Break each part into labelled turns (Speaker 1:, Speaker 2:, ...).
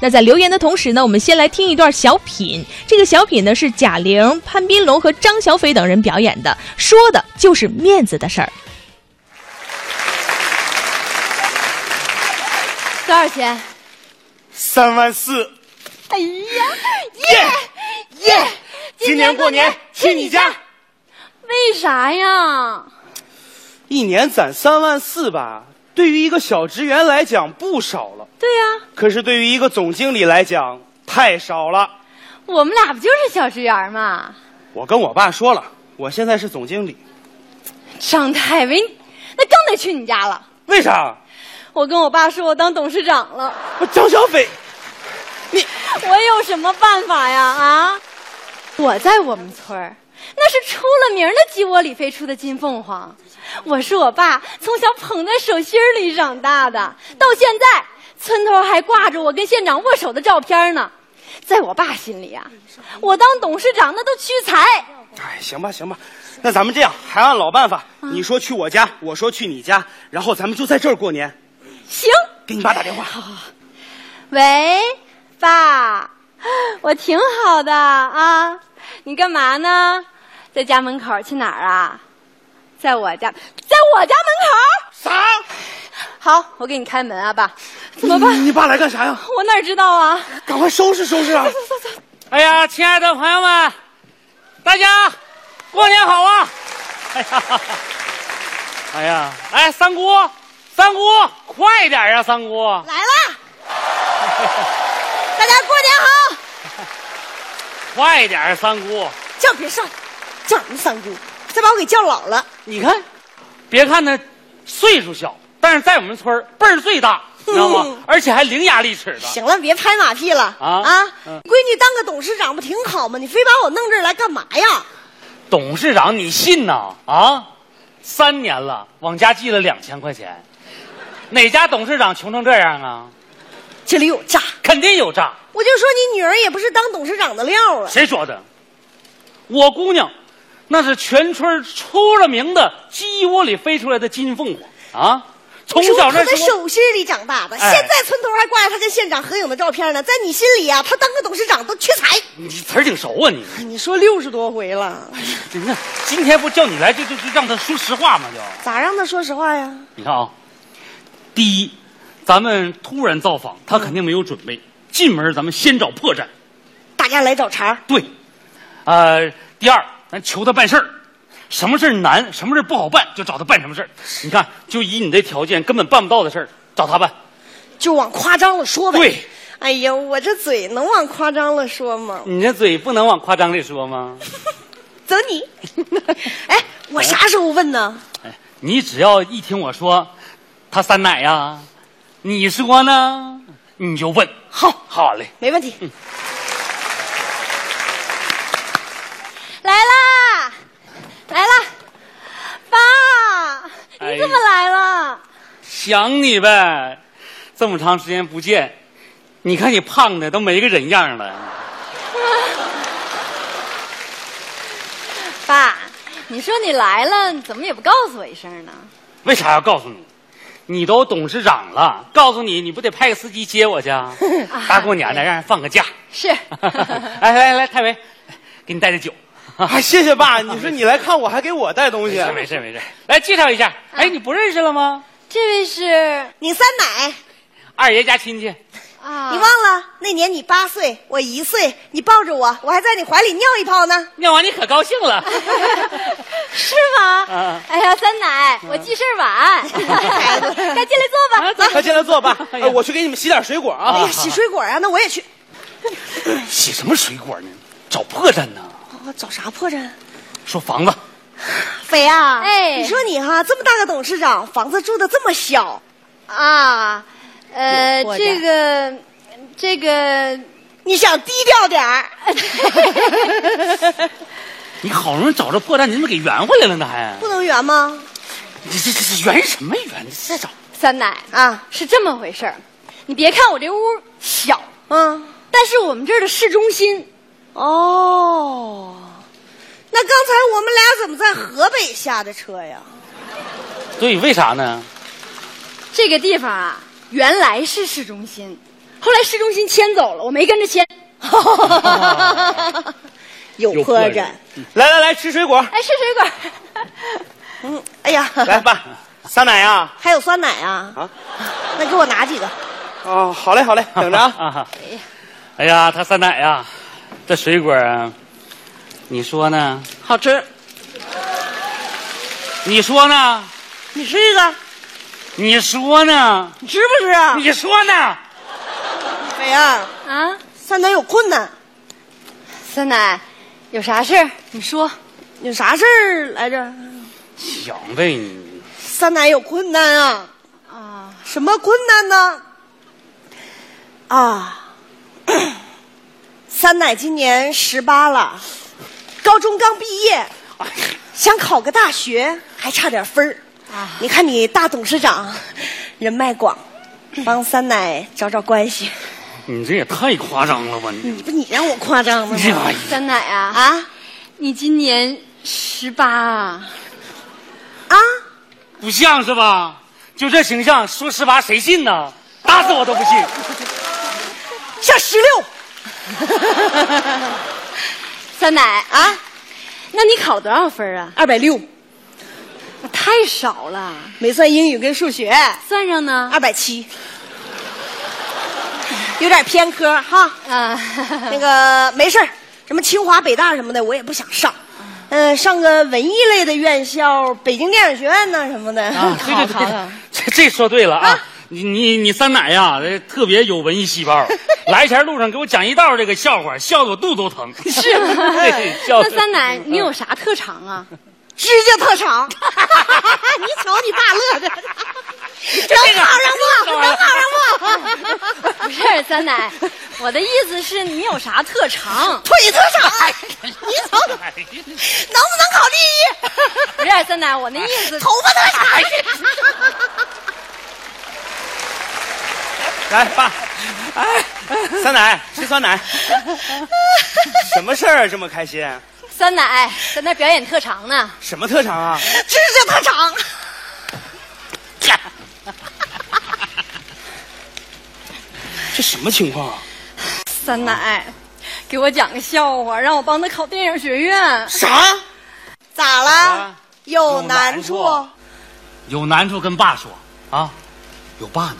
Speaker 1: 那在留言的同时呢，我们先来听一段小品。这个小品呢是贾玲、潘斌龙和张小斐等人表演的，说的就是面子的事儿。
Speaker 2: 多少钱？
Speaker 3: 三万四，
Speaker 2: 哎呀，
Speaker 3: 耶耶！今年过年去你家，
Speaker 2: 为啥呀？
Speaker 3: 一年攒三万四吧，对于一个小职员来讲不少了，
Speaker 2: 对呀、
Speaker 3: 可是对于一个总经理来讲太少了。
Speaker 2: 我们俩不就是小职员吗？
Speaker 3: 我跟我爸说了，我现在是总经理，
Speaker 2: 张太为，那更得去你家了。
Speaker 3: 为啥？
Speaker 2: 我跟我爸说，我当董事长了，
Speaker 3: 我张小斐，
Speaker 2: 我有什么办法呀？啊，我在我们村儿，那是出了名的鸡窝里飞出的金凤凰。我是我爸从小捧在手心里长大的，到现在村头还挂着我跟县长握手的照片呢。在我爸心里啊，我当董事长那都屈才。
Speaker 3: 哎，行吧行吧，那咱们这样，还按老办法，
Speaker 2: 嗯
Speaker 3: 你说去我家，我说去你家，然后咱们就在这儿过年。
Speaker 2: 行，
Speaker 3: 给你爸打电话，
Speaker 2: 喂，爸， 我挺好的啊，你干嘛呢？在家门口去哪儿啊？在我家，在我家门
Speaker 3: 啥？
Speaker 2: 口。好，我给你开门啊，爸。怎么办？
Speaker 3: 你爸来干啥呀？
Speaker 2: 我哪知道啊？
Speaker 3: 赶快收拾收拾啊！
Speaker 4: 哎呀，亲爱的朋友们，大家过年好啊！哎呀，哎呀，哎，三姑，三姑，快点呀、三姑！
Speaker 2: 来啦！ 大家过年好！
Speaker 4: 快点儿，三姑！
Speaker 5: 叫别上，叫什么三姑？再把我给叫老了。
Speaker 4: 你看，别看他岁数小，但是在我们村儿辈儿最大，你知道吗
Speaker 5: 嗯？
Speaker 4: 而且还伶牙俐齿的。
Speaker 5: 行了，别拍马屁了
Speaker 4: 啊嗯
Speaker 5: 闺女当个董事长不挺好吗？你非把我弄这儿来干嘛呀？
Speaker 4: 董事长，你信呐？啊，三年了，往家寄了两千块钱，哪家董事长穷成这样啊？
Speaker 5: 这里有诈！
Speaker 4: 肯定有诈。
Speaker 5: 我就说你女儿也不是当董事长的料啊了。
Speaker 4: 谁说的？我姑娘，那是全村出了名的鸡窝里飞出来的金凤凰啊！从
Speaker 5: 是
Speaker 4: 小
Speaker 5: 我
Speaker 4: 那
Speaker 5: 捧在
Speaker 4: 时候，
Speaker 5: 手心里长大的，
Speaker 4: 哎
Speaker 5: 现在村头还挂着她跟县长合影的照片呢。在你心里啊，她当个董事长都缺才。
Speaker 4: 你词儿挺熟啊你。
Speaker 5: 哎你说六十多回了，
Speaker 4: 真的，今天不叫你来，就就就让他说实话嘛，就
Speaker 5: 咋让她说实话呀？
Speaker 4: 你看啊，第一，咱们突然造访，他肯定没有准备，进门咱们先找破绽，
Speaker 5: 大家来找茬儿，
Speaker 4: 对，呃，第二，咱求他办事儿，什么事儿难，什么事儿不好办，就找他办什么事儿。你看，就以你这条件，根本办不到的事儿，找他办。
Speaker 5: 就往夸张了说呗。
Speaker 4: 对，
Speaker 5: 哎呀，我这嘴能往夸张了说吗？
Speaker 4: 你这嘴不能往夸张里说吗？
Speaker 5: 走你！哎，我啥时候问呢？
Speaker 4: 哎，你只要一听我说，他三奶呀、你说呢？你就问。好，好嘞。
Speaker 5: 没问题。
Speaker 2: 来啦，来啦！爸，你怎么来了？
Speaker 4: 想你呗，这么长时间不见，你看你胖的都没个人样了。
Speaker 2: 爸，你说你来了，你怎么也不告诉我一声呢？
Speaker 4: 为啥要告诉你？你都董事长了，告诉你，你不得派个司机接我去啊？大过年的，让人放个假。
Speaker 2: 是
Speaker 4: 来来来，太维，给你带的酒。
Speaker 3: 啊，谢谢爸，你说你来看我还给我带东西
Speaker 4: 没，事没事没事，来介绍一下。哎，你不认识了吗？
Speaker 2: 这位是
Speaker 5: 你三奶，
Speaker 4: 二爷家亲戚。
Speaker 2: 啊，
Speaker 5: 你忘了那年你八岁，我一岁，你抱着我，我还在你怀里尿一泡呢。
Speaker 4: 尿完你可高兴了。
Speaker 2: 是吗？
Speaker 4: 啊
Speaker 2: 哎呀，三奶，我记事儿 晚，该进来 坐吧。
Speaker 3: 快进来坐吧，哎我去给你们洗点水果
Speaker 5: 哎
Speaker 3: 啊。
Speaker 5: 呀，洗水果啊，那我也去。
Speaker 4: 洗什么水果呢？找破绽呢？
Speaker 5: 我哦找啥破绽？
Speaker 4: 说房子，
Speaker 5: 肥啊，
Speaker 2: 哎
Speaker 5: 你说你哈这么大个董事长，房子住的这么小，
Speaker 2: 啊，呃，
Speaker 5: 我我
Speaker 2: 这个，这个，
Speaker 5: 你想低调点儿？
Speaker 4: 你好容易找着破绽，你怎么给圆回来了呢？还
Speaker 5: 不能圆吗？
Speaker 4: 你这这这圆什么圆？这找
Speaker 2: 三奶
Speaker 5: 啊，
Speaker 2: 是这么回事儿。你别看我这屋小，
Speaker 5: 嗯，
Speaker 2: 但是我们这儿的市中心，
Speaker 5: 哦，那刚才我们俩怎么在河北下的车呀？
Speaker 4: 对，为啥呢？
Speaker 2: 这个地方啊，原来是市中心，后来市中心迁走了，我没跟着迁。哦
Speaker 5: 有
Speaker 4: 有客
Speaker 5: 客
Speaker 4: 人
Speaker 5: 人。
Speaker 3: 来来来，吃水果，
Speaker 2: 哎，吃水果。
Speaker 5: 嗯，哎呀，
Speaker 3: 来爸，酸奶啊！
Speaker 5: 还有酸奶啊？
Speaker 3: 啊，
Speaker 5: 那给我拿几个。
Speaker 3: 哦，好嘞好嘞，等着 啊！
Speaker 4: 啊！哎呀，他酸奶呀，这水果啊，你说呢？
Speaker 5: 好吃。
Speaker 4: 你说呢？
Speaker 5: 你吃一个，
Speaker 4: 你说呢？
Speaker 5: 你吃不吃啊？
Speaker 4: 你说呢？
Speaker 5: 美呀，
Speaker 2: 啊，
Speaker 5: 酸奶有困难，
Speaker 2: 酸奶，有啥事儿你说。
Speaker 5: 有啥事儿来着？
Speaker 4: 行呗，你
Speaker 5: 酸奶有困难啊？
Speaker 2: 啊，
Speaker 5: 什么困难呢？啊， 酸奶今年十八了，高中刚毕业，想考个大学，还差点分儿。你看你大董事长，人脉广，帮酸奶找找关系。
Speaker 4: 你这也太夸张了吧？你
Speaker 5: 你不你让我夸张呢
Speaker 4: 这
Speaker 5: 吗？
Speaker 4: 玩意
Speaker 2: 酸奶啊，
Speaker 5: 啊
Speaker 2: 你今年十八啊？
Speaker 5: 啊！
Speaker 4: 不像是吧？就这形象，说实话谁信呢？打死我都不信。
Speaker 5: 像石榴，
Speaker 2: 酸奶啊，那你考多少分啊？
Speaker 5: 二百六，
Speaker 2: 太少了，
Speaker 5: 没算英语跟数学，
Speaker 2: 算上呢？
Speaker 5: 二百七，有点偏科哈。
Speaker 2: 啊，
Speaker 5: 那个没事儿，什么清华、北大什么的，我也不想上。嗯、上个文艺类的院校，北京电影学院呐什么的。
Speaker 4: 啊，对对对， 这这说对了啊！你你你三奶呀，这特别有文艺细 胞。来前路上给我讲一道这个笑话，笑得我肚子都疼。是 笑
Speaker 2: 那
Speaker 4: 得
Speaker 2: 酸奶，你有啥特长 啊？
Speaker 5: 指甲 特长，你瞅你大乐的，能考上不？能考上不？
Speaker 2: 不是酸奶，我的意思是你有啥特长？
Speaker 5: 腿特长，你瞅能
Speaker 4: 哎呀
Speaker 5: 不能考第一？
Speaker 2: 不是酸奶，我的意思
Speaker 5: 头发特长，
Speaker 3: 来爸， 哎，酸奶吃酸奶，什么事儿啊这么开心？
Speaker 2: 酸奶在那表演特长呢。
Speaker 3: 什么特长啊？
Speaker 5: 指甲特 长。
Speaker 3: 这什么情况啊？
Speaker 2: 酸奶，给我讲个笑话，让我帮他考电影学院。
Speaker 5: 啥？咋了
Speaker 4: 啊？
Speaker 5: 有
Speaker 4: 难
Speaker 5: 难
Speaker 4: 处
Speaker 5: 处？
Speaker 4: 有难处跟爸说啊，有爸呢。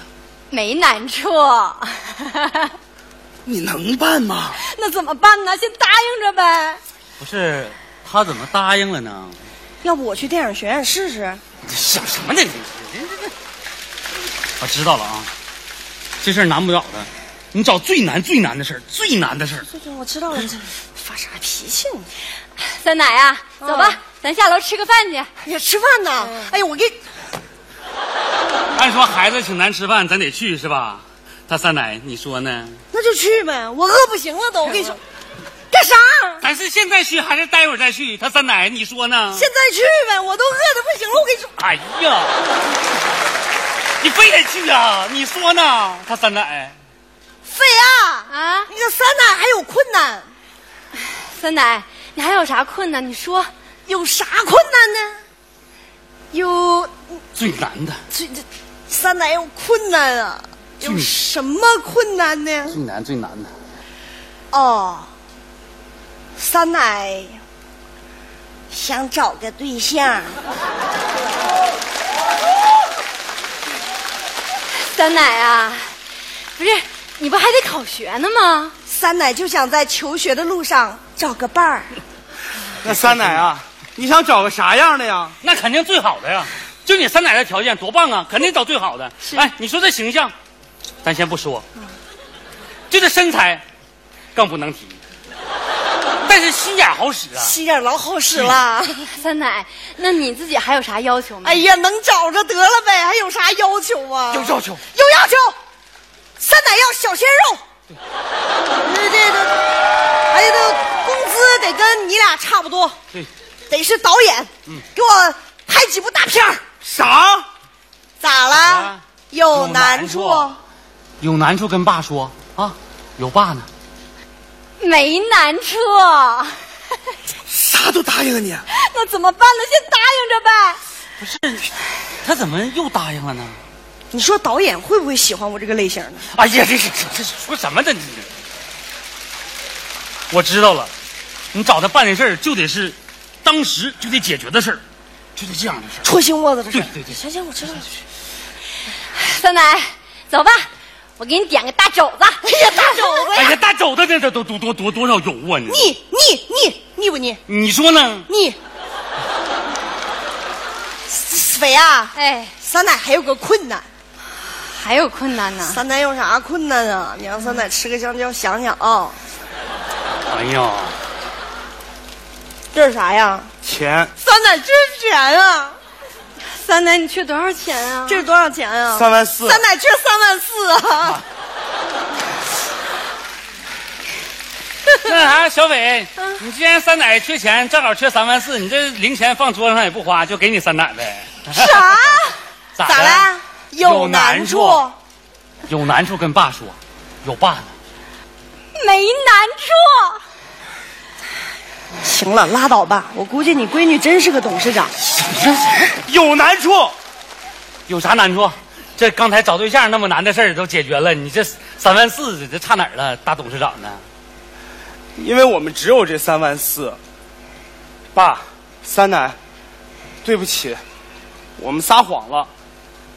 Speaker 2: 没难 处，
Speaker 3: 你能办吗？
Speaker 2: 那怎么办呢？先答应着呗。
Speaker 4: 不是他怎么答应了呢？
Speaker 5: 要不我去电影学院试试？
Speaker 4: 你想什么呢？你你你你我知道了啊，这事儿难不了的，你找最难最难的事儿，最难的事儿。
Speaker 5: 对对，我知道了。发啥脾气呢？
Speaker 2: 酸奶啊，走吧，咱下楼吃个饭去。
Speaker 5: 哎呀，吃饭呢？哎呀，我给
Speaker 4: 按说孩子请咱吃饭，咱得去是吧？他三奶，你说呢？
Speaker 5: 那就去呗，我饿不行了都。我跟你说，干啥？
Speaker 4: 咱是现在去还是待会儿再去？他三奶，你说呢？
Speaker 5: 现在去呗，我都饿的不行了。我跟你说，
Speaker 4: 哎呀，你非得去啊？你说呢？他三奶，
Speaker 5: 菲啊，
Speaker 2: 啊，
Speaker 5: 那个酸奶还有困难，
Speaker 2: 酸奶，你还有啥困难？你说。
Speaker 5: 有啥困难呢？有
Speaker 4: 最难的，
Speaker 5: 这这酸奶有困难啊？有什么困难呢？
Speaker 4: 最难最难的，
Speaker 5: 哦，酸奶想找个对象，
Speaker 2: 酸奶啊，不是，你不还得考学呢吗？
Speaker 5: 酸奶就想在求学的路上找个伴儿。
Speaker 3: 那酸奶啊，你想找个啥样的呀？
Speaker 4: 那肯定最好的呀。就你三奶的条件多棒啊，肯定找最好的。哎，你说这形象，咱先不说，就这身材，更不能提。但是心眼好使啊，
Speaker 5: 心眼老好使 了。
Speaker 2: 酸奶，那你自己还有啥要求吗？
Speaker 5: 哎呀，能找着得了呗，还有啥要求啊？
Speaker 3: 有要求，
Speaker 5: 有要求，酸奶要小鲜肉。这这这，哎呀，这工资得跟你俩差不多，
Speaker 4: 对，
Speaker 5: 得是导演，给我拍几部大片儿。
Speaker 3: 啥？
Speaker 5: 咋了？
Speaker 4: 啊
Speaker 5: 有
Speaker 4: 难
Speaker 5: 难
Speaker 4: 处
Speaker 5: 处？啊
Speaker 4: 有难处跟爸说啊，有爸呢。
Speaker 2: 没难处，
Speaker 3: 啥都答应啊你？
Speaker 2: 那怎么办呢？先答应着呗。
Speaker 4: 不是，他怎么又答应了呢？
Speaker 5: 你说导演会不会喜欢我这个类型呢？
Speaker 4: 哎呀，这是这这说什么呢？你这我知道了，你找他办的事儿就得是当时就得解决的事儿，就得这样的事儿。
Speaker 5: 戳心窝子的事儿。
Speaker 4: 对对对
Speaker 5: 行行，我知道了。
Speaker 2: 三奶，走吧，我给你点个大肘子。哎呀，大肘
Speaker 4: 哎呀，大肘子这这都多多多多少油啊你！
Speaker 5: 腻腻腻腻不腻？
Speaker 4: 你说 呢？
Speaker 5: 腻。肥啊，
Speaker 2: 哎，
Speaker 5: 三奶还有个困难，
Speaker 2: 还有困难呢。
Speaker 5: 三奶有啥困难啊？你让三奶吃个香蕉，想想啊，
Speaker 4: 哎呀，
Speaker 5: 这是啥呀？
Speaker 3: 钱
Speaker 5: 三奶这是钱啊？
Speaker 2: 三奶，你缺多少钱啊？
Speaker 5: 这是多少钱啊？
Speaker 3: 三万四
Speaker 5: 三奶这三万四啊？
Speaker 4: 那啥，小伟，你既然三奶缺钱，正好缺三万四，你这零钱放桌上也不花，就给你三奶呗。
Speaker 5: 啥？
Speaker 4: 咋
Speaker 5: 咋
Speaker 4: 了
Speaker 5: 了？有难
Speaker 4: 有难有难处跟爸说，有爸呢。
Speaker 2: 没难处。
Speaker 5: 行了，拉倒吧。我估计你闺女真是个董事长。
Speaker 3: 有难处，
Speaker 4: 有啥难处？这刚才找对象那么难的事儿都解决了，你这三万四这差哪儿了？大董事长呢？
Speaker 3: 因为我们只有这三万四。爸，三奶，对不起，我们撒谎了。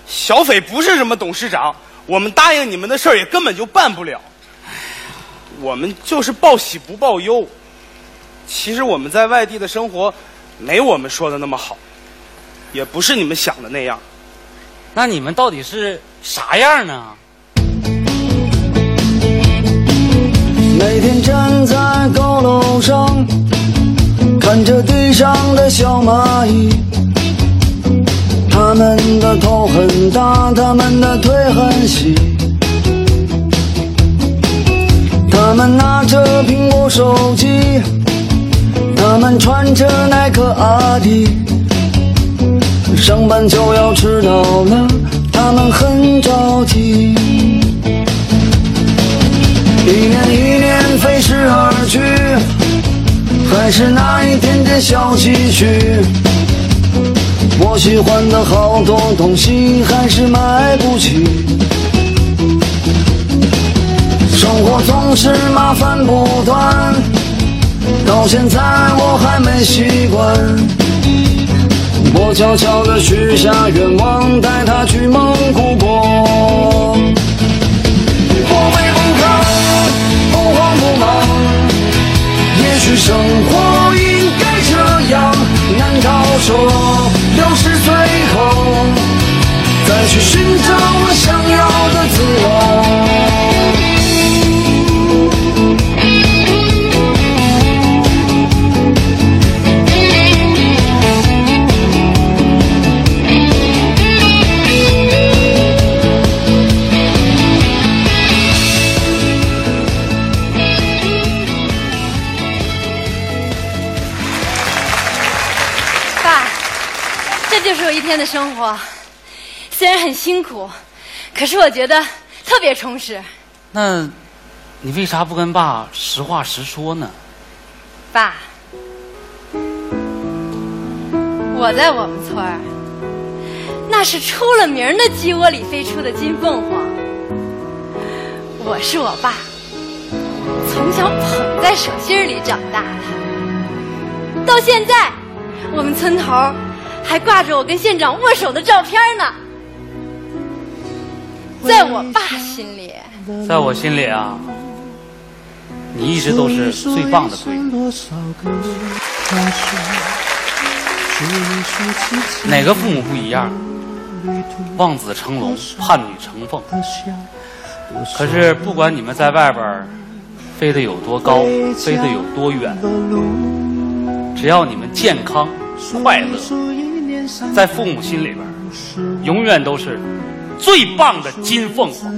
Speaker 3: 小斐不是什么董事长，我们答应你们的事儿也根本就办不了。我们就是报喜不报忧。其实我们在外地的生活，没我们说的那么好，也不是你们想的那样。
Speaker 4: 那你们到底是啥样呢？
Speaker 6: 每天站在高楼上，看着地上的小蚂蚁，它们的头很大，它们的腿很细，它们拿着苹果手机，它们穿着耐克阿迪，上班就要迟到了，它们很着急。一年一年飞逝而去，还是那一点点小积蓄。我喜欢的好多东西还是买不起，生活总是麻烦不断，到现在我还没习惯。我悄悄地许下愿望，带她去蒙古国。不卑不亢，不慌不忙。也许生活应该这样，难道说六十岁后再去寻找我想要的自我？
Speaker 2: 爸，这就是我一天的生活，虽然很辛苦，可是我觉得特别充实。
Speaker 4: 那，你为啥不跟爸实话实说呢？
Speaker 2: 爸，我在我们村儿，那是出了名儿的鸡窝里飞出的金凤凰。我是我爸从小捧在手心儿里长大的，到现在，我们村头儿还挂着我跟县长握手的照片儿呢。在我爸心里，
Speaker 4: 在我心里啊，你一直都是最棒的闺女。哪个父母不一样？望子成龙，盼女成凤。可是不管你们在外边儿飞得有多高，飞得有多远，只要你们健康快乐，在父母心里边儿，永远都是最棒的金凤凰。